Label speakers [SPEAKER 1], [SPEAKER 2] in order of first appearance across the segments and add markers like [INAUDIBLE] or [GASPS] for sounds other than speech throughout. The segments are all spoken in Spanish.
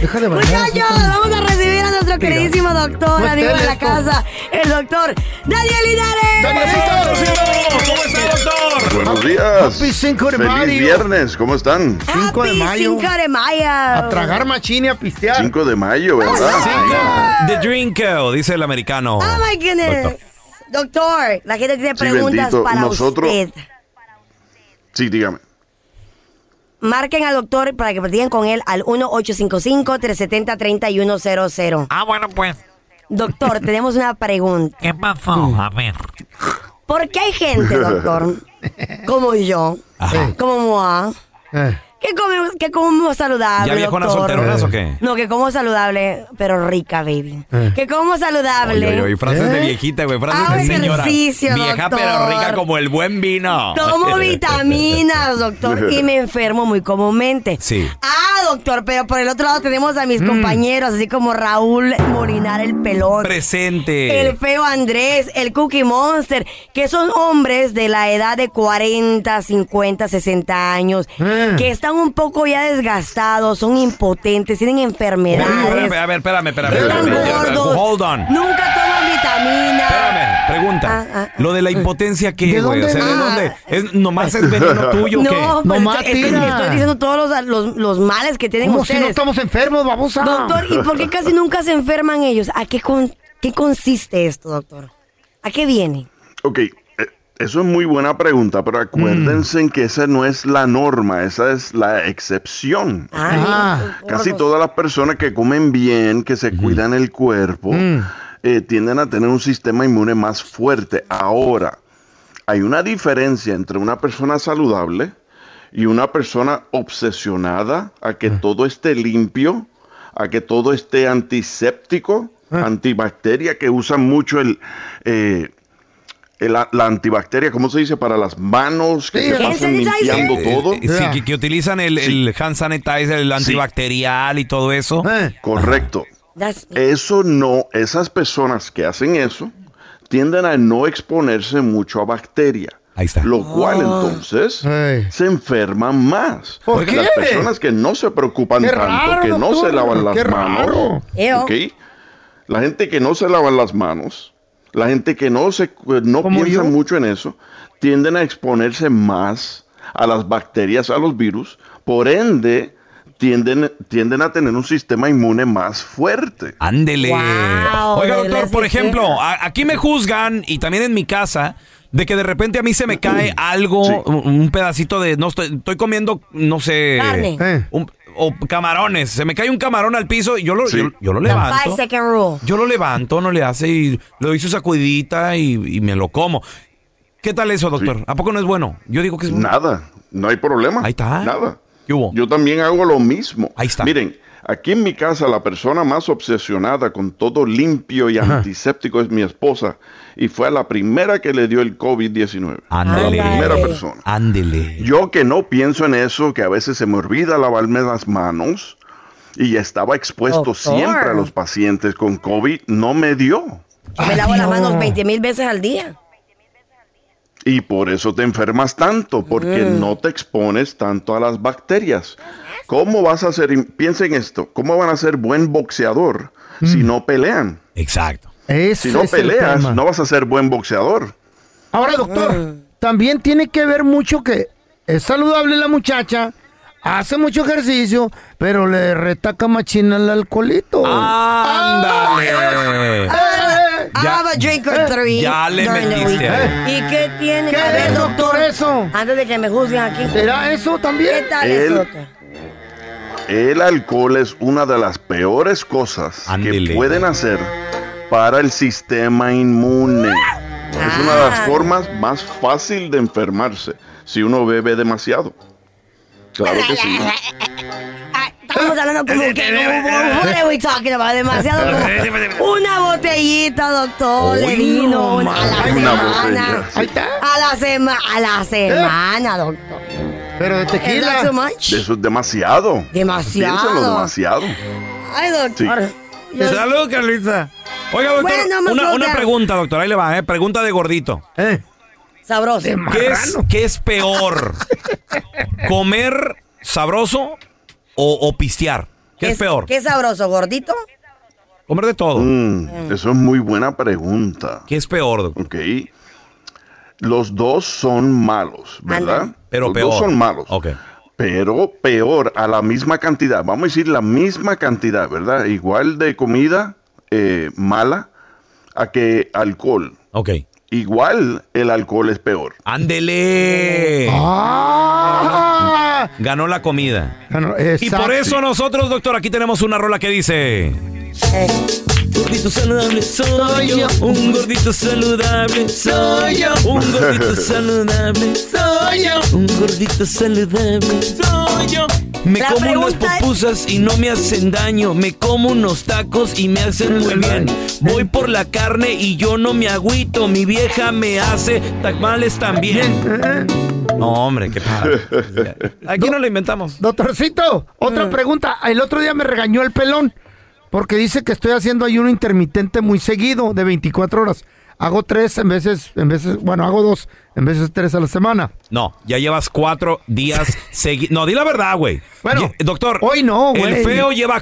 [SPEAKER 1] Deja de bailar.
[SPEAKER 2] Muchachos, vamos a recibir a nuestro
[SPEAKER 1] Mira.
[SPEAKER 2] queridísimo doctor,
[SPEAKER 1] Pues
[SPEAKER 2] amigo de la
[SPEAKER 1] esto.
[SPEAKER 2] casa, el doctor Daniel Linares.
[SPEAKER 3] ¿Cómo está, doctor?
[SPEAKER 4] Buenos días.
[SPEAKER 1] Happy Cinco de
[SPEAKER 4] Feliz
[SPEAKER 1] Mayo.
[SPEAKER 4] viernes. ¿Cómo están?
[SPEAKER 1] Cinco de
[SPEAKER 2] Happy
[SPEAKER 1] mayo.
[SPEAKER 2] Cinco de mayo.
[SPEAKER 1] A tragar machín y a pistear.
[SPEAKER 4] 5 de mayo, ¿verdad?
[SPEAKER 3] The Drinko, dice el americano.
[SPEAKER 2] Oh my goodness. Doctor, la gente tiene
[SPEAKER 4] Sí,
[SPEAKER 2] preguntas
[SPEAKER 4] bendito.
[SPEAKER 2] para
[SPEAKER 4] Nosotros-
[SPEAKER 2] usted.
[SPEAKER 4] Sí, dígame.
[SPEAKER 2] Marquen al doctor para que platiquen con él al 1-855-370-3100.
[SPEAKER 5] Ah, bueno, pues,
[SPEAKER 2] Doctor, tenemos una pregunta.
[SPEAKER 5] ¿qué pasó?
[SPEAKER 3] Mm.
[SPEAKER 5] A ver.
[SPEAKER 2] ¿Por qué hay
[SPEAKER 1] [LAUGHS]
[SPEAKER 2] gente, doctor, como yo, como Moa,
[SPEAKER 1] Eh.
[SPEAKER 2] que come, que como saludable,
[SPEAKER 3] ¿Ya viejonas
[SPEAKER 2] doctor?
[SPEAKER 3] solteronas o qué?
[SPEAKER 2] No, que como saludable, pero rica, baby.
[SPEAKER 1] Eh.
[SPEAKER 2] Que como saludable.
[SPEAKER 3] Oye, oye, oye, frases de
[SPEAKER 1] ¿Eh?
[SPEAKER 3] viejita, güey, frases
[SPEAKER 2] Hago
[SPEAKER 3] de señora.
[SPEAKER 2] ejercicio,
[SPEAKER 3] Vieja
[SPEAKER 2] doctor.
[SPEAKER 3] pero rica como el buen vino. [LAUGHS]
[SPEAKER 2] Tomo vitaminas, doctor, y me enfermo muy comúnmente.
[SPEAKER 3] Sí.
[SPEAKER 2] Ah, doctor, pero por el otro lado tenemos a
[SPEAKER 1] Mm.
[SPEAKER 2] mis compañeros, así como Raúl Molinar el Pelón.
[SPEAKER 3] Presente.
[SPEAKER 2] El feo Andrés, el Cookie Monster, que son hombres de la edad de 40, 50, 60 años,
[SPEAKER 1] Mm.
[SPEAKER 2] que están un poco ya desgastados, son impotentes, tienen
[SPEAKER 3] Espérame,
[SPEAKER 2] enfermedades,
[SPEAKER 3] espérame, a ver,
[SPEAKER 2] están
[SPEAKER 3] espérame, espérame. espérame, espérame.
[SPEAKER 2] gordos,
[SPEAKER 3] Hold on.
[SPEAKER 2] nunca toman vitaminas.
[SPEAKER 3] Espérame, pregunta.
[SPEAKER 2] Ah, ah,
[SPEAKER 3] Lo de la impotencia,
[SPEAKER 1] ¿De
[SPEAKER 3] ¿qué, güey? O sea, ¿de
[SPEAKER 1] dónde?
[SPEAKER 3] dónde? ¿Es, ¿Nomás es veneno tuyo o qué?
[SPEAKER 2] [LAUGHS] No, pues
[SPEAKER 1] Nomás
[SPEAKER 2] estoy, estoy-
[SPEAKER 1] tira.
[SPEAKER 2] estoy diciendo todos los, los- los males que tienen
[SPEAKER 1] Como si
[SPEAKER 2] ustedes.
[SPEAKER 1] no estamos enfermos, vamos a.
[SPEAKER 2] Doctor, ¿y por qué casi nunca se enferman ellos? ¿A qué, con- qué consiste esto, doctor? ¿A qué viene?
[SPEAKER 4] Ok, eh, eso es muy buena pregunta,
[SPEAKER 1] Mm.
[SPEAKER 4] pero acuérdense que esa no es la norma, esa es la excepción.
[SPEAKER 2] Ah, mira,
[SPEAKER 4] Casi
[SPEAKER 2] gordos.
[SPEAKER 4] todas las personas que comen bien, que se cuidan el cuerpo,
[SPEAKER 1] Mm.
[SPEAKER 4] eh, tienden a tener un sistema inmune más fuerte. Ahora, hay una diferencia entre una persona saludable y una persona obsesionada a que
[SPEAKER 1] Mm.
[SPEAKER 4] todo esté limpio, a que todo esté antiséptico,
[SPEAKER 1] Mm.
[SPEAKER 4] antibacteria, que usan mucho el... eh, el- la, la antibacteria, ¿cómo se dice? Para las manos, que
[SPEAKER 1] Sí,
[SPEAKER 4] se
[SPEAKER 1] el
[SPEAKER 4] pasan
[SPEAKER 2] sanitizer.
[SPEAKER 4] limpiando
[SPEAKER 3] Eh,
[SPEAKER 4] todo.
[SPEAKER 3] eh, Sí, que, que utilizan el, el hand sanitizer, el antibacterial y todo eso.
[SPEAKER 1] Eh.
[SPEAKER 4] Correcto.
[SPEAKER 2] That's-
[SPEAKER 4] Eso no, esas personas que hacen eso tienden a no exponerse mucho a bacteria.
[SPEAKER 3] Ahí está.
[SPEAKER 4] Lo cual entonces
[SPEAKER 1] Ey.
[SPEAKER 4] se enferman más.
[SPEAKER 1] Oh. ¿Por
[SPEAKER 4] Porque
[SPEAKER 1] qué?
[SPEAKER 4] las personas que no se preocupan
[SPEAKER 1] Qué
[SPEAKER 4] tanto,
[SPEAKER 1] raro,
[SPEAKER 4] que no
[SPEAKER 1] doctor,
[SPEAKER 4] se lavan las
[SPEAKER 1] qué
[SPEAKER 4] manos,
[SPEAKER 1] raro.
[SPEAKER 2] Eo.
[SPEAKER 4] ¿ok? la gente que no se lavan las manos, la gente que no, se, no
[SPEAKER 1] ¿Como
[SPEAKER 4] piensa
[SPEAKER 1] yo?
[SPEAKER 4] mucho en eso, tienden a exponerse más a las bacterias, a los virus, por ende tienden, tienden a tener un sistema inmune más fuerte.
[SPEAKER 3] Ándele.
[SPEAKER 2] Wow,
[SPEAKER 3] Oiga,
[SPEAKER 2] de
[SPEAKER 3] doctor,
[SPEAKER 2] las
[SPEAKER 3] por
[SPEAKER 2] que-
[SPEAKER 3] ejemplo, a- aquí me juzgan y también en mi casa de que de repente a mí se me cae algo,
[SPEAKER 4] Sí.
[SPEAKER 3] un un pedacito de, no estoy, estoy comiendo, no sé,
[SPEAKER 2] Carne.
[SPEAKER 1] Eh.
[SPEAKER 3] un- o camarones, se me cae un camarón al piso y yo lo,
[SPEAKER 4] Sí.
[SPEAKER 3] yo, yo lo
[SPEAKER 2] Five
[SPEAKER 3] levanto.
[SPEAKER 2] second rule.
[SPEAKER 3] Yo lo levanto, no le hace y le doy su sacudidita y, y me lo como. ¿Qué tal eso, doctor? ¿A poco no es bueno? Yo digo que es bueno.
[SPEAKER 4] Nada, no hay problema.
[SPEAKER 3] Ahí está.
[SPEAKER 4] Nada.
[SPEAKER 3] ¿Qué hubo?
[SPEAKER 4] Yo también hago lo mismo.
[SPEAKER 3] Ahí está.
[SPEAKER 4] Miren, aquí en mi casa la persona más obsesionada con todo limpio y antiséptico es mi esposa y fue a la primera que le dio el COVID-19.
[SPEAKER 3] Ándale.
[SPEAKER 4] La primera
[SPEAKER 2] Ándale.
[SPEAKER 4] persona.
[SPEAKER 3] Ándele.
[SPEAKER 4] Yo que no pienso en eso, que a veces se me olvida lavarme las manos y estaba expuesto
[SPEAKER 2] Doctor.
[SPEAKER 4] siempre a los pacientes con COVID, no me dio.
[SPEAKER 2] Yo me lavo las manos 20 mil veces al día.
[SPEAKER 4] Y por eso te enfermas tanto, porque
[SPEAKER 1] Mm.
[SPEAKER 4] no te expones tanto a las bacterias. ¿Cómo vas a ser, piensa en esto, cómo van a ser buen boxeador si no pelean?
[SPEAKER 3] Exacto.
[SPEAKER 1] Mm. Ese
[SPEAKER 4] Si no
[SPEAKER 1] es el
[SPEAKER 4] peleas,
[SPEAKER 1] tema.
[SPEAKER 4] no vas a ser buen boxeador.
[SPEAKER 1] Ahora, doctor, también tiene que ver mucho que es saludable la muchacha, hace mucho ejercicio, pero le retaca machina el alcoholito.
[SPEAKER 3] Ándale.
[SPEAKER 1] ¡Eh!
[SPEAKER 2] I
[SPEAKER 3] Ya-
[SPEAKER 2] have a Ah, drink or three.
[SPEAKER 3] ya le
[SPEAKER 2] during the
[SPEAKER 3] metiste
[SPEAKER 2] week.
[SPEAKER 3] ahí.
[SPEAKER 2] ¿Y qué tiene?
[SPEAKER 1] ¿Qué
[SPEAKER 2] A ver,
[SPEAKER 1] es, doctor, eso?
[SPEAKER 2] Antes de que me juzguen aquí.
[SPEAKER 1] ¿Será eso
[SPEAKER 2] ¿Qué
[SPEAKER 1] también?
[SPEAKER 2] tal eso,
[SPEAKER 4] El-
[SPEAKER 2] doctor?
[SPEAKER 4] El alcohol es una de las peores cosas
[SPEAKER 3] Ándele.
[SPEAKER 4] que pueden hacer para el sistema inmune. Es una de las
[SPEAKER 2] Ah.
[SPEAKER 4] formas más fácil de enfermarse si uno bebe demasiado. Claro que sí.
[SPEAKER 2] Ah, Estamos
[SPEAKER 1] [LAUGHS]
[SPEAKER 2] hablando como que como- como- what are we talking about? Demasiado como una botellita, doctor,
[SPEAKER 3] Uy,
[SPEAKER 2] le vino
[SPEAKER 3] no
[SPEAKER 2] una a la
[SPEAKER 4] manches. Una
[SPEAKER 2] semana.
[SPEAKER 4] botella.
[SPEAKER 1] Ahí está. ¿Eh?
[SPEAKER 2] A la semana, a la semana, doctor.
[SPEAKER 1] Pero de
[SPEAKER 2] ¿Es that too
[SPEAKER 1] tequila.
[SPEAKER 2] much?
[SPEAKER 4] Eso es demasiado.
[SPEAKER 2] Demasiado.
[SPEAKER 4] Piénsalo demasiado.
[SPEAKER 2] Ay, doctor. Yo-
[SPEAKER 3] Salud, Carlita. Oiga, doctor,
[SPEAKER 2] Bueno, más
[SPEAKER 3] una,
[SPEAKER 2] floja.
[SPEAKER 3] una pregunta, doctor. Ahí le va, ¿eh? Pregunta de gordito.
[SPEAKER 1] Eh,
[SPEAKER 2] Sabroso.
[SPEAKER 3] ¿Qué es, qué es peor? ¿Comer sabroso o, o pistear? ¿Qué es, peor?
[SPEAKER 2] ¿Qué es sabroso, gordito?
[SPEAKER 3] Comer de todo.
[SPEAKER 4] Mm, eso es muy buena pregunta.
[SPEAKER 3] ¿Qué es peor, doctor?
[SPEAKER 4] Ok. Los dos son malos, ¿verdad?
[SPEAKER 2] Ándale.
[SPEAKER 3] Pero
[SPEAKER 4] Los
[SPEAKER 3] peor.
[SPEAKER 4] dos son malos.
[SPEAKER 3] Ok.
[SPEAKER 4] Pero peor, a la misma cantidad. Vamos a decir la misma cantidad, ¿verdad? Igual de comida eh, mala a que alcohol.
[SPEAKER 3] Ok.
[SPEAKER 4] Igual el alcohol es peor.
[SPEAKER 3] Ándele.
[SPEAKER 1] ¡Ah!
[SPEAKER 3] Ganó la comida.
[SPEAKER 1] Bueno,
[SPEAKER 3] Y por
[SPEAKER 1] exacto.
[SPEAKER 3] eso nosotros, doctor, aquí tenemos una rola que dice...
[SPEAKER 2] Eh,
[SPEAKER 3] Gordito saludable soy yo, un gordito saludable soy yo, un [LAUGHS] gordito saludable soy yo, un gordito saludable soy yo. Me
[SPEAKER 2] La
[SPEAKER 3] como unas
[SPEAKER 2] pregunta es-
[SPEAKER 3] pupusas y no me hacen daño, me como unos tacos y me hacen muy bien. Voy por la carne y yo no me agüito, mi vieja me hace tamales también. No, hombre, qué padre. [LAUGHS] Aquí no lo inventamos.
[SPEAKER 1] Doctorcito, otra pregunta. El otro día me regañó el pelón porque dice que estoy haciendo ayuno intermitente muy seguido de 24 horas. Hago tres en veces, en veces, bueno, hago dos, en veces tres a la semana.
[SPEAKER 3] No, ya llevas cuatro
[SPEAKER 2] [LAUGHS]
[SPEAKER 3] días seguidos. No, di la verdad, güey.
[SPEAKER 1] Bueno,
[SPEAKER 3] Ye- doctor.
[SPEAKER 1] hoy no, güey.
[SPEAKER 3] El feo lleva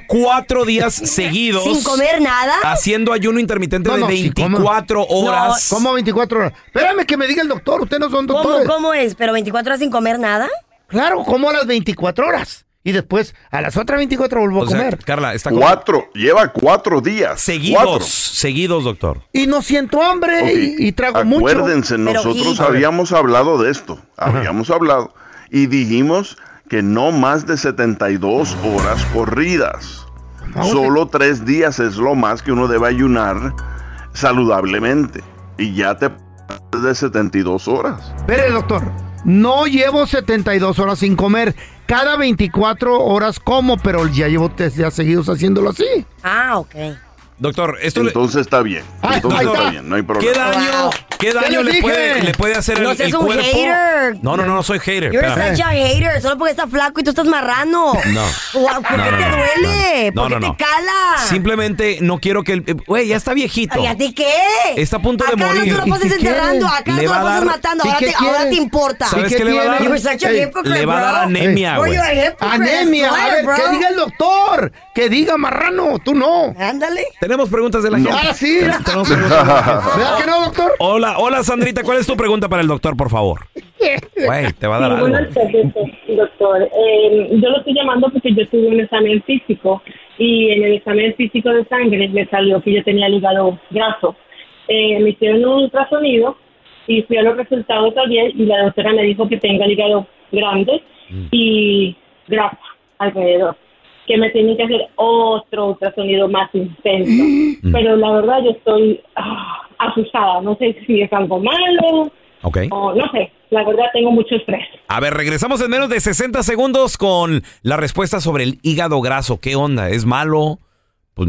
[SPEAKER 2] [LAUGHS]
[SPEAKER 3] cuatro días seguidos.
[SPEAKER 2] ¿Sin comer nada?
[SPEAKER 3] Haciendo ayuno intermitente
[SPEAKER 1] No,
[SPEAKER 3] de
[SPEAKER 1] no, sí, ¿cómo?
[SPEAKER 3] 24 horas.
[SPEAKER 1] ¿Cómo 24 horas? Espérame que me diga el doctor, ustedes no son
[SPEAKER 2] ¿Cómo,
[SPEAKER 1] doctores.
[SPEAKER 2] ¿Cómo es? ¿Pero 24 horas sin comer nada?
[SPEAKER 1] Claro, como a las 24 horas. Y después a las otras 24 vuelvo
[SPEAKER 3] O
[SPEAKER 1] a
[SPEAKER 3] sea,
[SPEAKER 1] comer.
[SPEAKER 3] Carla, está como-
[SPEAKER 4] Cuatro, lleva cuatro días.
[SPEAKER 3] Seguidos,
[SPEAKER 4] Cuatro.
[SPEAKER 3] seguidos, doctor.
[SPEAKER 1] Y no siento hambre
[SPEAKER 4] Ok,
[SPEAKER 1] y, y trago mucho.
[SPEAKER 4] Acuérdense,
[SPEAKER 2] Pero,
[SPEAKER 4] nosotros
[SPEAKER 2] Gil-
[SPEAKER 4] habíamos hablado de esto, habíamos hablado y dijimos que no más de 72 horas corridas.
[SPEAKER 1] Vamos a-
[SPEAKER 4] Solo tres días es lo más que uno debe ayunar saludablemente y ya te pasas de 72 horas.
[SPEAKER 1] Espere, doctor. No llevo 72 horas sin comer. Cada 24 horas como, pero ya llevo tres días seguidos haciéndolo así.
[SPEAKER 2] Ah, ok.
[SPEAKER 3] Doctor, esto le-
[SPEAKER 4] Entonces está bien,
[SPEAKER 1] Ay,
[SPEAKER 4] entonces
[SPEAKER 1] ahí
[SPEAKER 4] está
[SPEAKER 1] está.
[SPEAKER 4] bien, no hay
[SPEAKER 3] ¿Qué
[SPEAKER 4] problema.
[SPEAKER 3] daño,
[SPEAKER 2] Wow.
[SPEAKER 3] ¿Qué daño
[SPEAKER 1] les
[SPEAKER 3] le
[SPEAKER 1] dije?
[SPEAKER 3] puede, le puede hacer
[SPEAKER 2] No
[SPEAKER 3] el,
[SPEAKER 2] seas
[SPEAKER 3] el
[SPEAKER 2] un
[SPEAKER 3] cuerpo?
[SPEAKER 2] hater.
[SPEAKER 3] No, no, no, no soy hater.
[SPEAKER 2] You're
[SPEAKER 3] espérame.
[SPEAKER 2] such a hater, solo porque estás flaco y tú estás marrano.
[SPEAKER 3] No.
[SPEAKER 2] Guau, ¿Por
[SPEAKER 3] No,
[SPEAKER 2] qué
[SPEAKER 3] no,
[SPEAKER 2] te
[SPEAKER 3] no, no,
[SPEAKER 2] duele?
[SPEAKER 3] no,
[SPEAKER 2] ¿Por
[SPEAKER 3] no,
[SPEAKER 2] qué
[SPEAKER 3] no.
[SPEAKER 2] te cala?
[SPEAKER 3] Simplemente no quiero que el. eh, Güey, ya está viejito.
[SPEAKER 2] Ay, ¿a ti qué?
[SPEAKER 3] Está a punto de
[SPEAKER 2] Acá
[SPEAKER 3] morir.
[SPEAKER 2] no tú la pasas
[SPEAKER 1] ¿Y qué
[SPEAKER 2] enterrando,
[SPEAKER 1] quiere?
[SPEAKER 2] acá
[SPEAKER 3] Le
[SPEAKER 2] no tú
[SPEAKER 3] va
[SPEAKER 2] la
[SPEAKER 3] a
[SPEAKER 2] pasas
[SPEAKER 3] dar-
[SPEAKER 2] matando, pues,
[SPEAKER 1] ¿Y
[SPEAKER 2] ahora
[SPEAKER 1] qué
[SPEAKER 2] te, ahora
[SPEAKER 1] quiere?
[SPEAKER 2] te importa.
[SPEAKER 3] ¿Sabes
[SPEAKER 1] ¿Y
[SPEAKER 3] qué
[SPEAKER 1] qué
[SPEAKER 3] le va a dar?
[SPEAKER 1] tiene?
[SPEAKER 2] You're such a
[SPEAKER 1] Ey,
[SPEAKER 2] hypocrite,
[SPEAKER 3] Le va a
[SPEAKER 2] bro.
[SPEAKER 3] dar anemia,
[SPEAKER 2] Or
[SPEAKER 3] güey.
[SPEAKER 2] you're a hypocrite,
[SPEAKER 1] Anemia. A
[SPEAKER 2] slut,
[SPEAKER 1] ver,
[SPEAKER 2] bro.
[SPEAKER 1] que diga el doctor. Que diga marrano. Tú no.
[SPEAKER 2] Ándale.
[SPEAKER 3] Tenemos preguntas de la gente.
[SPEAKER 1] Ah, sí.
[SPEAKER 3] Tenemos preguntas de la
[SPEAKER 1] [LAUGHS]
[SPEAKER 3] gente.
[SPEAKER 1] ¿Verdad que no, doctor?
[SPEAKER 3] Hola, hola Sandrita, ¿cuál es tu pregunta para el doctor, por favor? Güey, te va a dar algo.
[SPEAKER 6] Bueno, este, doctor, eh, yo lo estoy llamando porque yo tuve un examen físico y en el examen físico de sangre me salió que yo tenía el hígado graso. Eh, me hicieron un ultrasonido y fui a los resultados también y la doctora me dijo que tenga el hígado grande
[SPEAKER 3] Mm.
[SPEAKER 6] y grasa alrededor que me tienen que hacer otro ultrasonido más intenso.
[SPEAKER 3] Mm.
[SPEAKER 6] Pero la verdad yo estoy ah, asustada, no sé si es algo malo
[SPEAKER 3] Ok.
[SPEAKER 6] o no sé, la verdad tengo mucho estrés.
[SPEAKER 3] A ver, regresamos en menos de 60 segundos con la respuesta sobre el hígado graso. ¿Qué onda? ¿Es malo? Pues,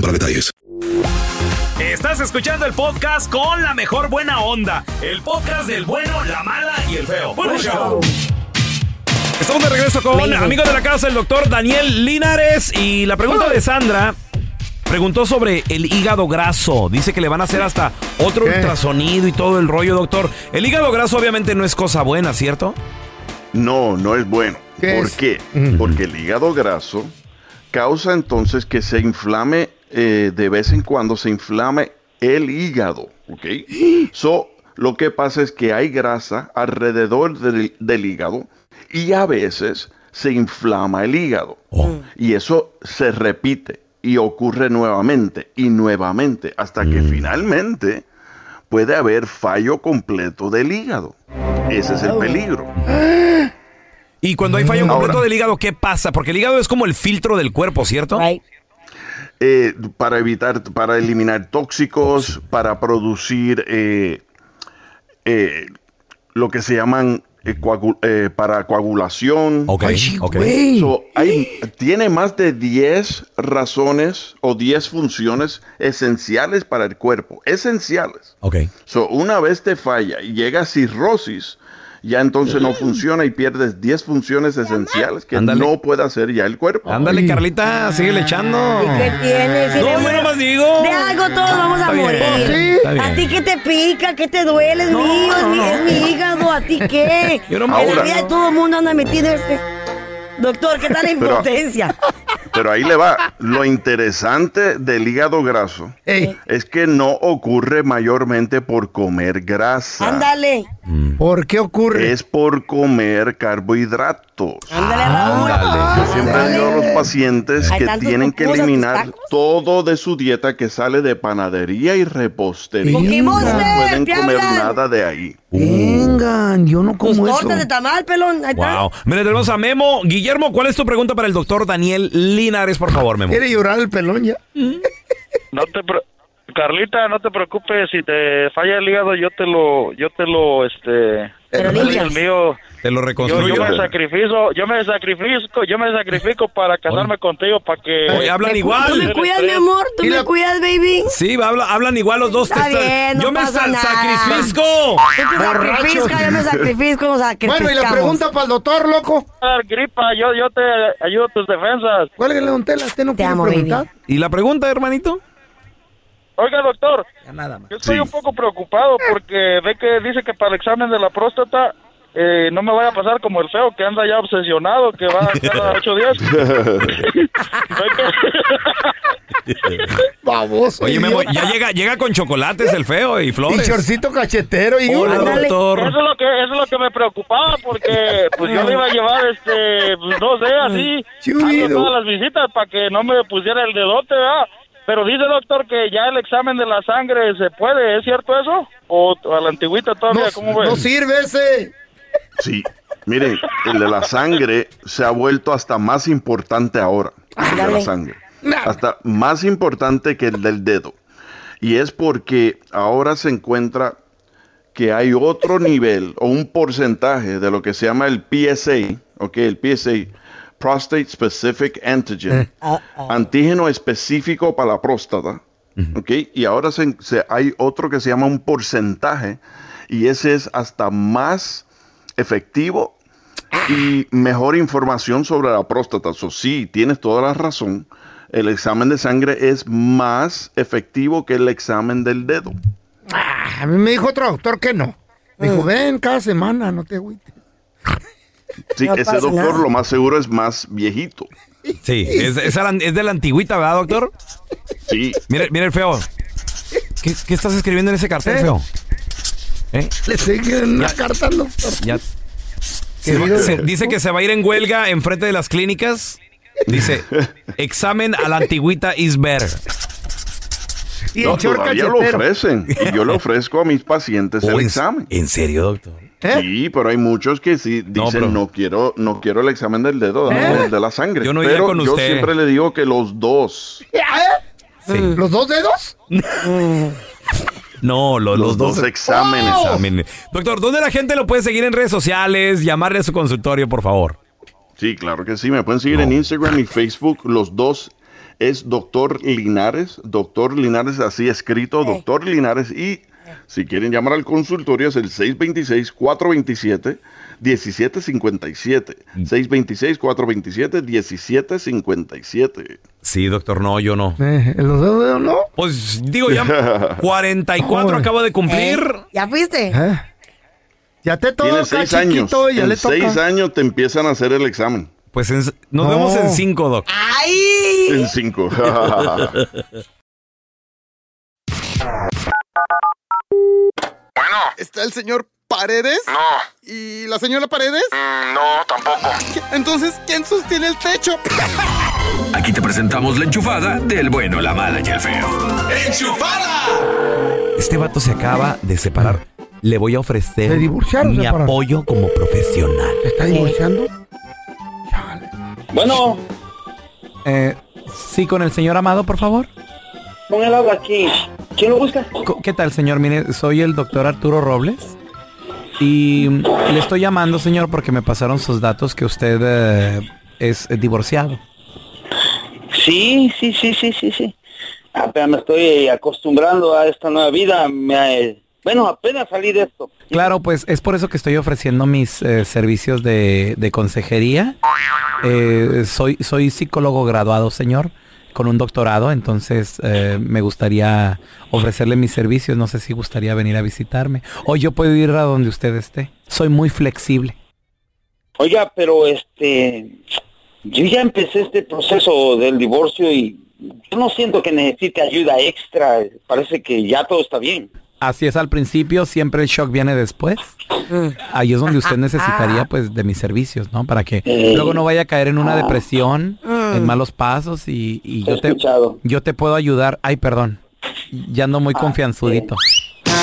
[SPEAKER 7] para detalles.
[SPEAKER 3] Estás escuchando el podcast con la mejor buena onda. El podcast del bueno, la mala y el feo. Bueno, show. Estamos de regreso con
[SPEAKER 2] Amazing.
[SPEAKER 3] amigo de la casa, el doctor Daniel Linares. Y la pregunta de Sandra preguntó sobre el hígado graso. Dice que le van a hacer hasta otro
[SPEAKER 1] ¿Qué?
[SPEAKER 3] ultrasonido y todo el rollo, doctor. El hígado graso obviamente no es cosa buena, ¿cierto?
[SPEAKER 4] No, no es bueno.
[SPEAKER 1] ¿Qué
[SPEAKER 4] ¿Por
[SPEAKER 1] es?
[SPEAKER 4] qué? Porque el hígado graso causa entonces que se inflame eh, de vez en cuando, se inflame el hígado, ¿ok?
[SPEAKER 1] [GASPS]
[SPEAKER 4] So, lo que pasa es que hay grasa alrededor del, del hígado y a veces se inflama el hígado.
[SPEAKER 1] Oh.
[SPEAKER 4] Y eso se repite y ocurre nuevamente y nuevamente hasta que
[SPEAKER 1] Mm.
[SPEAKER 4] finalmente puede haber fallo completo del hígado. Ese es el peligro.
[SPEAKER 3] Y cuando hay fallo completo
[SPEAKER 4] Ahora.
[SPEAKER 3] del hígado, ¿qué pasa? Porque el hígado es como el filtro del cuerpo, ¿cierto?
[SPEAKER 2] Right.
[SPEAKER 4] eh, para evitar, para eliminar tóxicos, para producir eh, eh, lo que se llaman eh, coagu- eh, para coagulación.
[SPEAKER 3] Ok,
[SPEAKER 1] Ay,
[SPEAKER 3] ok.
[SPEAKER 1] güey.
[SPEAKER 4] So, hay- tiene más de 10 razones o 10 funciones esenciales para el cuerpo, esenciales.
[SPEAKER 3] Ok.
[SPEAKER 4] So, una vez te falla y llega cirrosis, ya entonces no funciona y pierdes 10 funciones esenciales que
[SPEAKER 3] Mm. Ándale.
[SPEAKER 4] no puede hacer ya el cuerpo.
[SPEAKER 3] Ándale, Carlita, sigue le echando.
[SPEAKER 1] Ah.
[SPEAKER 2] ¿Qué tienes? Si
[SPEAKER 3] No,
[SPEAKER 2] de
[SPEAKER 3] yo
[SPEAKER 2] una-
[SPEAKER 3] nomás digo.
[SPEAKER 2] De algo todos vamos a
[SPEAKER 3] Está bien,
[SPEAKER 2] morir.
[SPEAKER 3] está bien.
[SPEAKER 2] ¿A ti qué te pica? ¿Qué te duele? Es mío, es, mi, es mi hígado. ¿A ti
[SPEAKER 1] [LAUGHS]
[SPEAKER 2] qué?
[SPEAKER 3] Yo no
[SPEAKER 2] en
[SPEAKER 3] me-
[SPEAKER 2] la
[SPEAKER 4] Ahora.
[SPEAKER 2] vida de todo el mundo anda metido este... Doctor, ¿qué tal la
[SPEAKER 4] Pero-
[SPEAKER 2] impotencia?
[SPEAKER 4] Pero ahí le va. Lo interesante del hígado graso
[SPEAKER 1] Ey,
[SPEAKER 4] es que no ocurre mayormente por comer grasa.
[SPEAKER 2] Ándale.
[SPEAKER 1] ¿Por qué ocurre?
[SPEAKER 4] Es por comer carbohidratos. tacos.
[SPEAKER 1] Ah,
[SPEAKER 4] Yo siempre digo a los pacientes
[SPEAKER 2] Hay
[SPEAKER 4] que
[SPEAKER 2] tantos
[SPEAKER 4] tienen que
[SPEAKER 2] pupusas,
[SPEAKER 4] eliminar
[SPEAKER 2] tacos.
[SPEAKER 4] todo de su dieta que sale de panadería y repostería.
[SPEAKER 2] ¡Cookie
[SPEAKER 4] No
[SPEAKER 2] Monster!
[SPEAKER 4] pueden
[SPEAKER 2] ¡Te
[SPEAKER 4] comer
[SPEAKER 2] hablan!
[SPEAKER 4] nada de ahí.
[SPEAKER 1] Vengan, yo no
[SPEAKER 2] Tus
[SPEAKER 1] como eso.
[SPEAKER 2] tortas de Pues tamal, pelón. Ahí está.
[SPEAKER 8] Wow. Mira, tenemos a Memo. Guillermo, ¿cuál es tu pregunta para el doctor Daniel Linares, por favor, Memo?
[SPEAKER 1] Quiere llorar el pelón ya.
[SPEAKER 9] No te pre- Carlita, no te preocupes, si te falla el hígado yo te lo yo te lo este
[SPEAKER 2] Pero
[SPEAKER 9] el
[SPEAKER 2] limpias.
[SPEAKER 9] mío
[SPEAKER 8] Te lo
[SPEAKER 9] yo,
[SPEAKER 8] reconstruyo.
[SPEAKER 9] yo me sacrifico, yo me sacrifico, yo me sacrifico para casarme contigo para que
[SPEAKER 8] Oye, hablan
[SPEAKER 2] Tú me
[SPEAKER 8] igual.
[SPEAKER 2] cuidas, mi amor. Tú
[SPEAKER 1] Y
[SPEAKER 2] me
[SPEAKER 1] la-
[SPEAKER 2] cuidas, baby.
[SPEAKER 8] Sí, habla- hablan igual los dos.
[SPEAKER 2] Está
[SPEAKER 8] te estás-
[SPEAKER 2] bien, no
[SPEAKER 8] yo me
[SPEAKER 2] pasa nada.
[SPEAKER 8] sacrifico.
[SPEAKER 2] Tú te
[SPEAKER 1] Borracho.
[SPEAKER 2] sacrificas, yo
[SPEAKER 1] [LAUGHS]
[SPEAKER 2] me sacrifico, nos sacrificamos.
[SPEAKER 1] Bueno, y la pregunta para el doctor, loco.
[SPEAKER 9] dar gripa, yo yo te ayudo a tus defensas.
[SPEAKER 1] ¿Cuál es la dontela? ¿Usted no
[SPEAKER 2] Te
[SPEAKER 1] quiere
[SPEAKER 2] amo,
[SPEAKER 1] preguntar?
[SPEAKER 2] baby.
[SPEAKER 8] ¿Y la pregunta, hermanito?
[SPEAKER 9] Oiga, doctor,
[SPEAKER 1] Ya nada más.
[SPEAKER 9] yo estoy
[SPEAKER 4] Sí.
[SPEAKER 9] un poco preocupado porque ve que dice que para el examen de la próstata eh, no me vaya a pasar como el feo que anda ya obsesionado, que
[SPEAKER 8] [LAUGHS]
[SPEAKER 9] va cada ocho días.
[SPEAKER 4] [LAUGHS]
[SPEAKER 9] Ve que-
[SPEAKER 1] Baboso.
[SPEAKER 8] Oye, Memo,
[SPEAKER 1] idiota.
[SPEAKER 8] ya llega, llega con chocolates el feo y
[SPEAKER 1] Y
[SPEAKER 8] flores.
[SPEAKER 1] chorcito cachetero y
[SPEAKER 8] Hola,
[SPEAKER 1] una-
[SPEAKER 2] Ándale.
[SPEAKER 9] Eso es
[SPEAKER 8] doctor.
[SPEAKER 9] lo que eso es lo que me preocupaba porque pues yo le iba a llevar este pues, no sé así
[SPEAKER 1] Chubido.
[SPEAKER 9] a todas las visitas para que no me pusiera el dedote, ¿verdad? Pero dice doctor que ya el examen de la sangre se puede, ¿es cierto eso? O a la antigüita todavía, ¿cómo
[SPEAKER 1] No,
[SPEAKER 9] ves?
[SPEAKER 1] no sirve ese.
[SPEAKER 4] Sí. Miren, el de la sangre se ha vuelto hasta más importante ahora. El de la sangre. Hasta más importante que el del dedo. Y es porque ahora se encuentra que hay otro nivel o un porcentaje de lo que se llama el PSA, ok, el PSA, Prostate Specific Antigen, antígeno específico para la próstata, ok, y ahora se- se- hay otro que se llama un porcentaje y ese es hasta más efectivo y mejor información sobre la próstata. Eso sí, tienes toda la razón. El examen de sangre es más efectivo que el examen del dedo.
[SPEAKER 1] Ah, a mí me dijo otro doctor que no. Me dijo, ven cada semana, no te [LAUGHS] agüites.
[SPEAKER 4] Sí,
[SPEAKER 2] No
[SPEAKER 4] ese
[SPEAKER 2] pasa
[SPEAKER 4] doctor
[SPEAKER 2] nada.
[SPEAKER 4] lo más seguro es más viejito.
[SPEAKER 1] [LAUGHS]
[SPEAKER 8] Sí, es, es a la- es de la antigüita, ¿verdad, doctor?
[SPEAKER 4] Sí,
[SPEAKER 8] Mira, mira el feo. ¿Qué, qué estás escribiendo en ese cartel,
[SPEAKER 1] ¿Eh?
[SPEAKER 8] feo? ¿Eh?
[SPEAKER 1] Le sigue una carta al doctor.
[SPEAKER 8] Ya. Se va-
[SPEAKER 1] Querido
[SPEAKER 8] se-
[SPEAKER 1] doctor.
[SPEAKER 8] dice que se va a ir en huelga enfrente de las clínicas. Dice, examen a la antigüita is better.
[SPEAKER 1] Y
[SPEAKER 4] no,
[SPEAKER 1] el short
[SPEAKER 4] todavía lo
[SPEAKER 1] cachetero. [LAUGHS]
[SPEAKER 4] ofrecen. Y yo le ofrezco a mis pacientes el
[SPEAKER 8] Oh, ¿en-
[SPEAKER 4] examen.
[SPEAKER 8] ¿En serio, doctor?
[SPEAKER 1] ¿Eh?
[SPEAKER 4] Sí, pero hay muchos que sí
[SPEAKER 8] No,
[SPEAKER 4] dicen
[SPEAKER 8] pero-
[SPEAKER 4] no, quiero no quiero el examen del dedo, dame
[SPEAKER 1] ¿Eh?
[SPEAKER 4] el de la sangre.
[SPEAKER 8] Yo no iría
[SPEAKER 4] pero
[SPEAKER 8] con
[SPEAKER 4] yo
[SPEAKER 8] usted.
[SPEAKER 4] siempre le digo que los dos,
[SPEAKER 1] ¿Eh?
[SPEAKER 8] Sí.
[SPEAKER 1] ¿Los dos dedos? Mm.
[SPEAKER 8] No, lo-
[SPEAKER 4] los,
[SPEAKER 8] los,
[SPEAKER 4] dos,
[SPEAKER 8] dos
[SPEAKER 4] exámenes.
[SPEAKER 8] exámenes. Doctor, ¿dónde la gente lo puede seguir en redes sociales? Llamarle a su consultorio, por favor.
[SPEAKER 4] Sí, claro que sí. Me pueden seguir en Instagram y Facebook. Los dos es Doctor Linares. Doctor Linares, así escrito. Doctor Linares. Y si quieren llamar al consultorio es el 626-427. 1757
[SPEAKER 8] Mm.
[SPEAKER 4] 626 427 1757
[SPEAKER 8] Sí, doctor, no, yo no.
[SPEAKER 1] Eh, ¿Los dos dedos no?
[SPEAKER 8] Pues digo,
[SPEAKER 4] [LAUGHS]
[SPEAKER 8] ya 44
[SPEAKER 1] Joder.
[SPEAKER 8] acabo de cumplir.
[SPEAKER 2] Eh, ¿Ya fuiste?
[SPEAKER 1] ¿Eh? Ya te toca,
[SPEAKER 4] Tienes seis años.
[SPEAKER 1] chiquito, ya
[SPEAKER 4] en
[SPEAKER 1] le toca.
[SPEAKER 4] seis años te empiezan a hacer el examen.
[SPEAKER 8] Pues en- nos
[SPEAKER 1] No.
[SPEAKER 8] vemos en 5, doc.
[SPEAKER 2] ¡Ay!
[SPEAKER 4] En cinco.
[SPEAKER 8] [LAUGHS]
[SPEAKER 10] ¿Está el señor Paredes?
[SPEAKER 9] No, Mm,
[SPEAKER 10] ¿Y la señora Paredes?
[SPEAKER 9] no, tampoco.
[SPEAKER 10] Entonces, ¿quién sostiene el techo?
[SPEAKER 11] Aquí te presentamos la enchufada del bueno, la mala y el feo.
[SPEAKER 8] Este vato se acaba de separar. Le voy a ofrecer
[SPEAKER 1] ¿Se divorciaron,
[SPEAKER 8] mi
[SPEAKER 1] separaron?
[SPEAKER 8] apoyo como profesional.
[SPEAKER 1] ¿Te está divorciando?
[SPEAKER 9] Bueno,
[SPEAKER 8] Eh, sí, con el señor Amado, por favor.
[SPEAKER 6] Pon el agua aquí. ¿Quién lo busca?
[SPEAKER 8] Co- ¿Qué tal, señor? Mire, soy el doctor Arturo Robles. Y mm, le estoy llamando, señor, porque me pasaron sus datos que usted eh, es eh, divorciado.
[SPEAKER 9] sí, sí, sí, sí, sí, sí. Apenas me estoy eh, acostumbrando a esta nueva vida. eh, bueno, apenas salí de esto.
[SPEAKER 8] Claro, pues es por eso que estoy ofreciendo mis eh, servicios de, de consejería. Eh, soy, soy psicólogo graduado, señor, con un doctorado, entonces eh, me gustaría ofrecerle mis servicios. No sé si gustaría venir a visitarme. O yo puedo ir a donde usted esté. Soy muy flexible.
[SPEAKER 9] Oiga, pero este, yo ya empecé este proceso del divorcio y yo no siento que necesite ayuda extra. Parece que ya todo está bien.
[SPEAKER 8] Así es al principio, siempre el shock viene después. Ahí es donde usted necesitaría pues de mis servicios, ¿no? Para que luego no vaya a caer en una depresión, en malos pasos y, y yo, te, yo te puedo ayudar. Ay, perdón, ya ando muy confianzudito.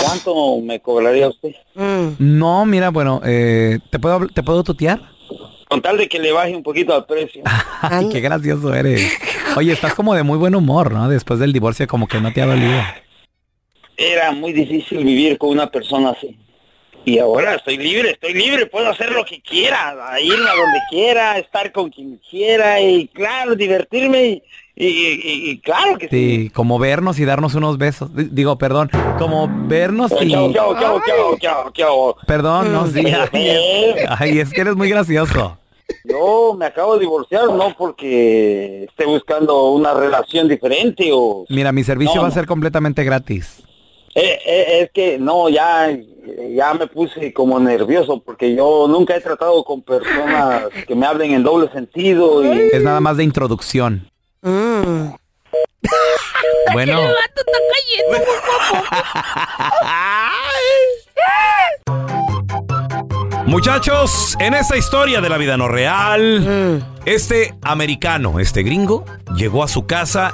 [SPEAKER 12] ¿Cuánto me cobraría usted?
[SPEAKER 8] Mm. No, mira, bueno, eh, ¿te, puedo, habl- ¿te puedo tutear? [LAUGHS]
[SPEAKER 12] Con tal de que le baje un poquito al
[SPEAKER 1] [LAUGHS]
[SPEAKER 12] precio.
[SPEAKER 8] Ay, qué gracioso eres. Oye, estás como de muy buen humor, ¿no? Después del divorcio, como que no te ha dolido.
[SPEAKER 12] Era muy difícil vivir con una persona así. Y ahora estoy libre, estoy libre, puedo hacer lo que quiera, a irme a donde quiera, estar con quien quiera y claro, divertirme y, y- y- y claro que sí.
[SPEAKER 8] Sí, como vernos y darnos unos besos. D- Digo, perdón, como vernos y...
[SPEAKER 12] Chao, chao, chao, chao, chao, chao.
[SPEAKER 8] Perdón, no, sí. Ay, es- ay, es que eres muy gracioso.
[SPEAKER 12] Yo me acabo de divorciar, no porque esté buscando una relación diferente o...
[SPEAKER 8] Mira, mi servicio
[SPEAKER 12] No,
[SPEAKER 8] va a
[SPEAKER 12] no.
[SPEAKER 8] ser completamente gratis.
[SPEAKER 12] Eh, eh, es que no, ya, ya me puse como nervioso porque yo nunca he tratado con personas que me hablen en doble sentido y...
[SPEAKER 8] Es nada más de introducción.
[SPEAKER 12] [LAUGHS]
[SPEAKER 8] Bueno,
[SPEAKER 12] [LAUGHS] ¡Eh!
[SPEAKER 3] Muchachos, en esta historia de la vida no real,
[SPEAKER 2] Mm.
[SPEAKER 3] este americano, este gringo, llegó a su casa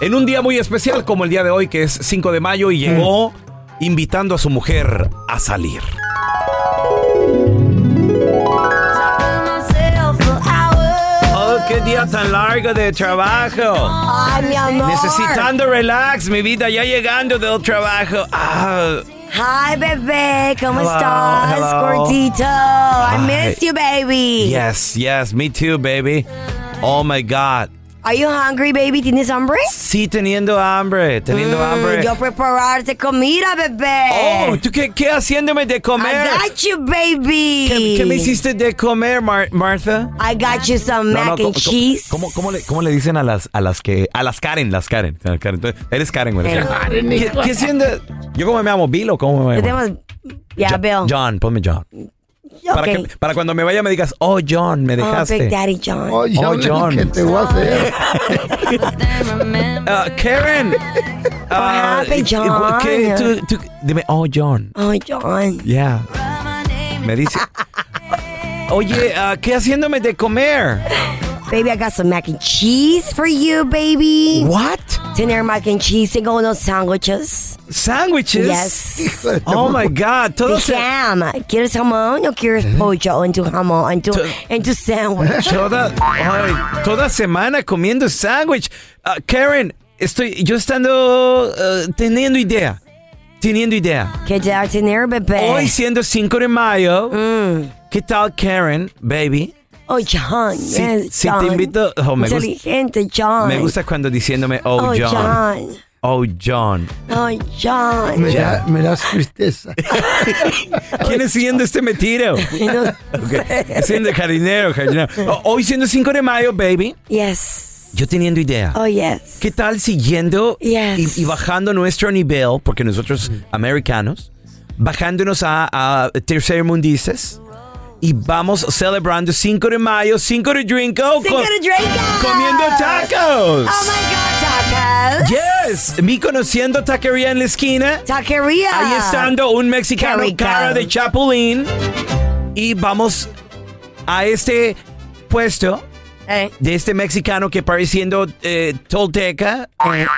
[SPEAKER 3] en un día muy especial como el día de hoy, que es 5 de mayo, y llegó invitando a su mujer a salir. Oh, qué día tan largo de trabajo.
[SPEAKER 2] Ay, mi amor.
[SPEAKER 3] Necesitando relax, mi vida, ya llegando del trabajo. Ah,
[SPEAKER 2] Hi, bebé. ¿Cómo
[SPEAKER 3] Hello,
[SPEAKER 2] estás,
[SPEAKER 3] hello.
[SPEAKER 2] gordito? I
[SPEAKER 3] Ay.
[SPEAKER 2] missed you, baby.
[SPEAKER 3] yes, yes, me too, baby. Oh my God.
[SPEAKER 2] Are you hungry, baby? ¿Tienes hambre? Mm,
[SPEAKER 3] Sí, teniendo hambre, teniendo hambre.
[SPEAKER 2] Yo prepararte comida, bebé.
[SPEAKER 3] Oh, ¿tú qué, qué haciéndome de comer?
[SPEAKER 2] I got you, baby.
[SPEAKER 3] ¿Qué, qué me hiciste de comer, Mar- Martha?
[SPEAKER 2] I got you some mac
[SPEAKER 3] ¿cómo-
[SPEAKER 2] and
[SPEAKER 3] cómo-
[SPEAKER 2] cheese.
[SPEAKER 3] ¿cómo, cómo le, cómo le dicen a las, a las que. A las Karen, las Karen. a las Karen. Tú Eres Karen, güey. eres
[SPEAKER 2] Eres
[SPEAKER 3] Karen.
[SPEAKER 2] Karen,
[SPEAKER 3] ¿Qué,
[SPEAKER 2] hijo.
[SPEAKER 3] qué siendo? ¿Yo cómo me llamo? ¿Bill o cómo me
[SPEAKER 2] Te
[SPEAKER 3] llamo?
[SPEAKER 2] tenemos- Yeah, Bill.
[SPEAKER 3] John, ponme John. Para,
[SPEAKER 2] Okay.
[SPEAKER 3] que- para cuando me vaya me digas, oh, John, me
[SPEAKER 2] Oh,
[SPEAKER 3] dejaste.
[SPEAKER 2] Big Daddy John.
[SPEAKER 3] Oh, John.
[SPEAKER 1] ¿Qué te voy a hacer?
[SPEAKER 3] Ah,
[SPEAKER 2] [LAUGHS]
[SPEAKER 3] Karen. Ah,
[SPEAKER 2] happened, John?
[SPEAKER 3] ¿qué- tú- tú- dime, oh, John.
[SPEAKER 2] Oh, John.
[SPEAKER 3] Yeah. Me dice. Oye, ah, ¿qué haciéndome de comer?
[SPEAKER 2] Baby, I got some mac and cheese for you, baby.
[SPEAKER 3] What?
[SPEAKER 2] Tener mac and cheese. Tengo unos sándwiches.
[SPEAKER 3] ¿Sándwiches?
[SPEAKER 2] Yes.
[SPEAKER 3] [LAUGHS] Oh my God, todo
[SPEAKER 2] De
[SPEAKER 3] se- Eh?
[SPEAKER 2] jam. ¿Quieres jamón o quieres pollo en tu jamón, en tu, en tu sándwich?
[SPEAKER 3] Toda, ay, toda semana comiendo sándwich. Ah, Karen, estoy yo estando eh, teniendo idea. Teniendo idea.
[SPEAKER 2] ¿Qué te va a tener, bebé?
[SPEAKER 3] Hoy siendo 5 de mayo. ¿Qué tal, Karen, baby?
[SPEAKER 2] Mm. Oh, John.
[SPEAKER 3] Si-
[SPEAKER 2] yes,
[SPEAKER 3] si te
[SPEAKER 2] John.
[SPEAKER 3] invito- oh, me gusta-
[SPEAKER 2] Inteligente, John.
[SPEAKER 3] Me gusta cuando diciéndome, oh,
[SPEAKER 2] Oh,
[SPEAKER 3] John.
[SPEAKER 2] John.
[SPEAKER 3] Oh, John.
[SPEAKER 2] Oh, John.
[SPEAKER 1] Me, da- [LAUGHS] me das tristeza.
[SPEAKER 3] ¿Quién es siendo
[SPEAKER 2] [LAUGHS]
[SPEAKER 3] este metido? Ok, Siendo jardinero, jardinero. Oh, Hoy siendo 5 de mayo, baby.
[SPEAKER 2] Yes.
[SPEAKER 3] Yo teniendo idea.
[SPEAKER 2] Oh, yes.
[SPEAKER 3] ¿Qué tal siguiendo
[SPEAKER 2] Yes. Mm.
[SPEAKER 3] y, y bajando nuestro nivel, porque nosotros americanos, bajándonos a, a tercer mundices y vamos celebrando 5 de mayo, 5 de Drinko,
[SPEAKER 2] Cinco
[SPEAKER 3] co-
[SPEAKER 2] de Draco.
[SPEAKER 3] comiendo tacos.
[SPEAKER 2] Oh, my God, tacos.
[SPEAKER 3] yes, mi conociendo taquería en la esquina.
[SPEAKER 2] Taquería.
[SPEAKER 3] Ahí estando un mexicano
[SPEAKER 2] Qué rico.
[SPEAKER 3] cara de chapulín y vamos a este puesto
[SPEAKER 2] Eh.
[SPEAKER 3] de este mexicano que pareciendo eh, tolteca,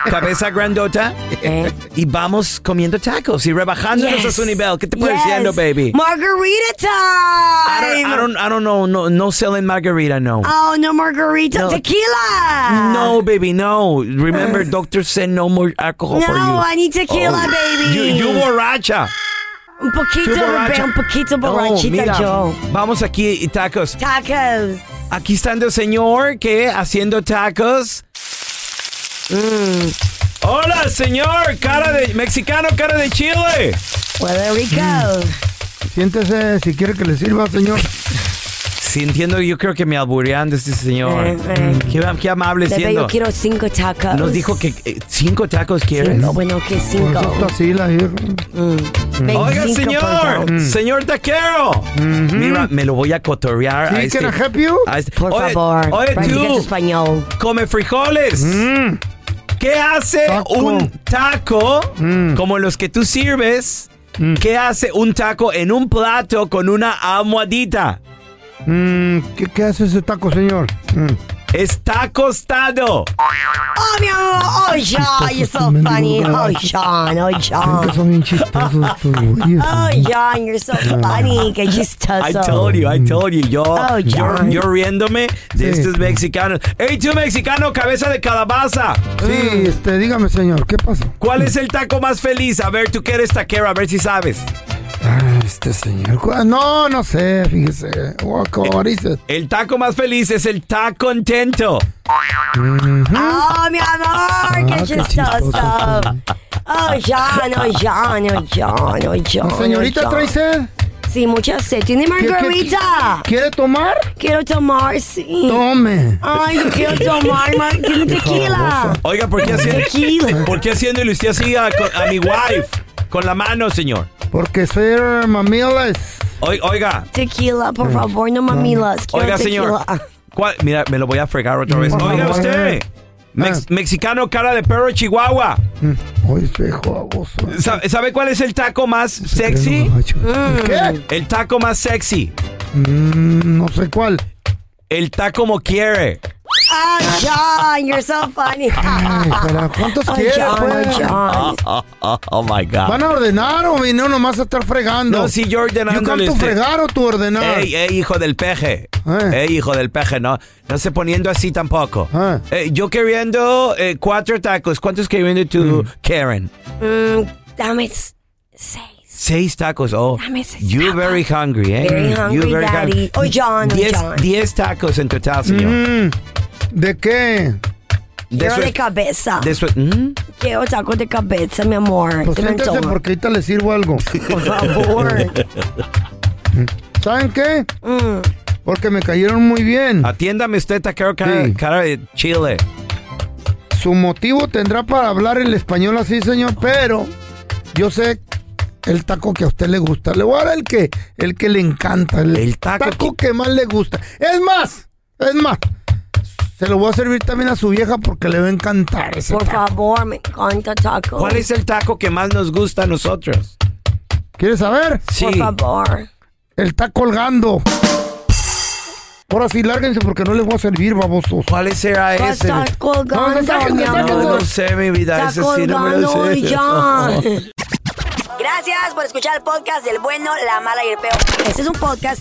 [SPEAKER 3] cabeza grandota,
[SPEAKER 2] Eh.
[SPEAKER 3] y vamos comiendo tacos y rebajándonos
[SPEAKER 2] Yes.
[SPEAKER 3] a su nivel. ¿Qué te parece,
[SPEAKER 2] Yes.
[SPEAKER 3] baby?
[SPEAKER 2] Margarita
[SPEAKER 3] I
[SPEAKER 2] time.
[SPEAKER 3] don't, I don't, I don't know, no, no selling margarita, no.
[SPEAKER 2] Oh, no margarita.
[SPEAKER 3] No.
[SPEAKER 2] Tequila.
[SPEAKER 3] no, baby,
[SPEAKER 2] [LAUGHS]
[SPEAKER 3] no. Remember, doctor said no more alcohol
[SPEAKER 2] No,
[SPEAKER 3] for you. Oh.
[SPEAKER 2] I need tequila, baby.
[SPEAKER 3] You, you borracha.
[SPEAKER 2] Un
[SPEAKER 3] Tú
[SPEAKER 2] poquito, bebé,
[SPEAKER 3] borracha.
[SPEAKER 2] un poquito
[SPEAKER 3] No,
[SPEAKER 2] borrachita
[SPEAKER 3] mira,
[SPEAKER 2] yo.
[SPEAKER 3] Vamos aquí y tacos.
[SPEAKER 2] Tacos.
[SPEAKER 3] Aquí está el señor que haciendo tacos.
[SPEAKER 2] Mm.
[SPEAKER 3] Hola, señor, cara de mexicano, cara de Chile.
[SPEAKER 2] Puerto Rico.
[SPEAKER 1] Siéntese si quiere que le sirva, señor.
[SPEAKER 3] Sí, entiendo, yo creo que me alburean de este señor. Mm,
[SPEAKER 2] Eh, eh.
[SPEAKER 3] Qué, qué amable
[SPEAKER 2] Bebé,
[SPEAKER 3] siendo.
[SPEAKER 2] yo quiero cinco tacos.
[SPEAKER 3] Nos dijo que eh, cinco tacos quieres.
[SPEAKER 2] Cinco, bueno, que
[SPEAKER 1] Por
[SPEAKER 2] cinco.
[SPEAKER 1] eso está así la Eh, hija.
[SPEAKER 2] Ven,
[SPEAKER 3] Oiga,
[SPEAKER 2] cinco, por
[SPEAKER 3] señor, Mm.
[SPEAKER 2] favor.
[SPEAKER 3] señor taquero. Mira, me lo voy a cotorrear. a
[SPEAKER 1] ¿Sí?
[SPEAKER 3] este-
[SPEAKER 1] ¿Can I help you?
[SPEAKER 3] a este-
[SPEAKER 2] Por
[SPEAKER 3] Oye,
[SPEAKER 2] favor,
[SPEAKER 3] Oye,
[SPEAKER 2] practica tu
[SPEAKER 3] tú,
[SPEAKER 2] español.
[SPEAKER 1] Mm.
[SPEAKER 3] come frijoles. ¿Qué hace
[SPEAKER 1] Taco.
[SPEAKER 3] un taco
[SPEAKER 1] Mm.
[SPEAKER 3] como los que tú sirves, ¿qué hace un taco en un plato con una almohadita?
[SPEAKER 1] Mm, ¿qué, qué hace ese taco, señor? Mm.
[SPEAKER 3] Está costado.
[SPEAKER 2] ¡Oh, mi amor! ¡Oh, John! ¡You're so funny! ¡Oh, John! ¡Oh, John!
[SPEAKER 1] Creen que son bien chistosos estos güeyes.
[SPEAKER 2] ¡Oh, John! ¡You're so
[SPEAKER 1] Ah.
[SPEAKER 2] funny! ¡Qué
[SPEAKER 3] I
[SPEAKER 2] chistoso!
[SPEAKER 3] told you, I told you. Yo,
[SPEAKER 2] Oh,
[SPEAKER 3] yo,
[SPEAKER 2] John.
[SPEAKER 3] yo riéndome de estos mexicanos. ¡Ey, tú mexicano, cabeza de calabaza!
[SPEAKER 1] Sí, este, dígame, señor, ¿qué pasa?
[SPEAKER 3] ¿Cuál es el taco más feliz? A ver, tú que eres taquero, a ver si sabes.
[SPEAKER 1] Ah, Este señor. cu- No, no sé, fíjese. Oh, What, what is it?
[SPEAKER 3] El taco más feliz es el taco contento.
[SPEAKER 1] ¿Mm?
[SPEAKER 2] ¡Oh, mi amor!
[SPEAKER 1] Ah,
[SPEAKER 2] ¡Qué chistoso! ¡Oh, John! ¡Oh, John! ¡Oh, John! ¡Oh, John!
[SPEAKER 1] La señorita
[SPEAKER 2] oh, John.
[SPEAKER 1] trae sed.
[SPEAKER 2] Sí, mucha sed. ¿Tiene
[SPEAKER 1] ¿Qué- qué-
[SPEAKER 2] margarita?
[SPEAKER 1] ¿Quiere tomar?
[SPEAKER 2] Quiero tomar, sí.
[SPEAKER 1] Tome.
[SPEAKER 2] Ay, yo quiero tomar mar- ¿Tiene tequila?
[SPEAKER 3] Oiga, ¿por qué haciendo, ¿por qué haciéndole usted así a, co- a mi wife? Con la mano, señor.
[SPEAKER 1] Porque ser mamila es.
[SPEAKER 3] Oi- Oiga,
[SPEAKER 2] Tequila, por favor, no mamilas. Quiero Ah.
[SPEAKER 3] oiga, señor.
[SPEAKER 2] tequila.
[SPEAKER 3] ¿Cuál- Mira, me lo voy a fregar otra vez.
[SPEAKER 1] Por
[SPEAKER 3] Oiga
[SPEAKER 1] favor. Ah.
[SPEAKER 3] usted. mex- mexicano cara de perro chihuahua.
[SPEAKER 1] Hoy espejo baboso.
[SPEAKER 3] ¿Sa- ¿Sabe cuál es el taco más sexy?
[SPEAKER 1] ¿Qué?
[SPEAKER 2] Mm.
[SPEAKER 3] El taco más sexy.
[SPEAKER 1] Mm, no sé cuál.
[SPEAKER 3] El taco como quiere.
[SPEAKER 2] ¡Oh, John! ¡You're so funny!
[SPEAKER 1] Ay, pero ¿cuántos
[SPEAKER 2] Ay,
[SPEAKER 1] quiere,
[SPEAKER 2] John,
[SPEAKER 1] pues?
[SPEAKER 2] John.
[SPEAKER 3] Oh, oh, [LAUGHS] oh, oh my God.
[SPEAKER 1] ¿Van a ordenar o vino nomás a estar fregando?
[SPEAKER 3] No, sí, yo ordenándole
[SPEAKER 1] ¿Yo canto
[SPEAKER 3] este.
[SPEAKER 1] fregar o tú ordenar?
[SPEAKER 3] Ey, ey, hijo del peje.
[SPEAKER 1] Eh.
[SPEAKER 3] Ey, hijo del peje, no. No se poniendo así tampoco.
[SPEAKER 1] Ah.
[SPEAKER 3] Eh, yo queriendo eh, cuatro tacos. ¿Cuántos queriendo tú, Karen?
[SPEAKER 2] Mm, dame s- seis.
[SPEAKER 3] Seis tacos. Oh,
[SPEAKER 2] Dame seis
[SPEAKER 3] you're
[SPEAKER 2] tacos.
[SPEAKER 3] very hungry, eh?
[SPEAKER 2] Very hungry,
[SPEAKER 3] you're
[SPEAKER 2] daddy. Oh, John, oh,
[SPEAKER 3] diez,
[SPEAKER 2] John.
[SPEAKER 3] diez tacos en total, señor.
[SPEAKER 1] Mm, ¿De qué?
[SPEAKER 3] De
[SPEAKER 2] Quiero
[SPEAKER 3] su-
[SPEAKER 2] de cabeza.
[SPEAKER 3] de su- ¿Mm?
[SPEAKER 2] Quiero tacos de cabeza, mi amor.
[SPEAKER 1] Pues
[SPEAKER 2] Que me
[SPEAKER 1] siéntese
[SPEAKER 2] toma.
[SPEAKER 1] porque ahorita le sirvo algo.
[SPEAKER 2] Por favor.
[SPEAKER 3] [LAUGHS]
[SPEAKER 1] ¿Saben qué?
[SPEAKER 2] Mm.
[SPEAKER 1] Porque me cayeron muy bien.
[SPEAKER 3] Atiéndame usted, taquero, cara,
[SPEAKER 1] Sí.
[SPEAKER 3] cara de chile.
[SPEAKER 1] Su motivo tendrá para hablar el español así, señor, pero yo sé el taco que a usted le gusta. Le voy a dar el que, el que le encanta, el,
[SPEAKER 3] El taco
[SPEAKER 1] que... más le gusta. Es más, es más, se lo voy a servir también a su vieja porque le va a encantar ese
[SPEAKER 2] Por
[SPEAKER 1] taco.
[SPEAKER 2] favor, me encanta tacos.
[SPEAKER 3] ¿Cuál es el taco que más nos gusta a nosotros?
[SPEAKER 1] ¿Quieres saber?
[SPEAKER 3] Sí.
[SPEAKER 2] Por favor.
[SPEAKER 1] El taco colgando. Ahora sí, lárguense porque no les voy a servir, babosos.
[SPEAKER 3] ¿Cuál será
[SPEAKER 2] Va a
[SPEAKER 3] ese?
[SPEAKER 2] estar
[SPEAKER 1] No, no,
[SPEAKER 2] colgando,
[SPEAKER 1] sáquense,
[SPEAKER 2] mi
[SPEAKER 3] No,
[SPEAKER 2] amor.
[SPEAKER 3] no sé, mi vida.
[SPEAKER 2] Está
[SPEAKER 3] Ese sí no me
[SPEAKER 2] colgando,
[SPEAKER 3] lo sé.
[SPEAKER 2] John.
[SPEAKER 3] [LAUGHS]
[SPEAKER 2] Gracias por escuchar el podcast del bueno, la mala y el peor. Este es un podcast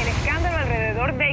[SPEAKER 13] El escándalo alrededor de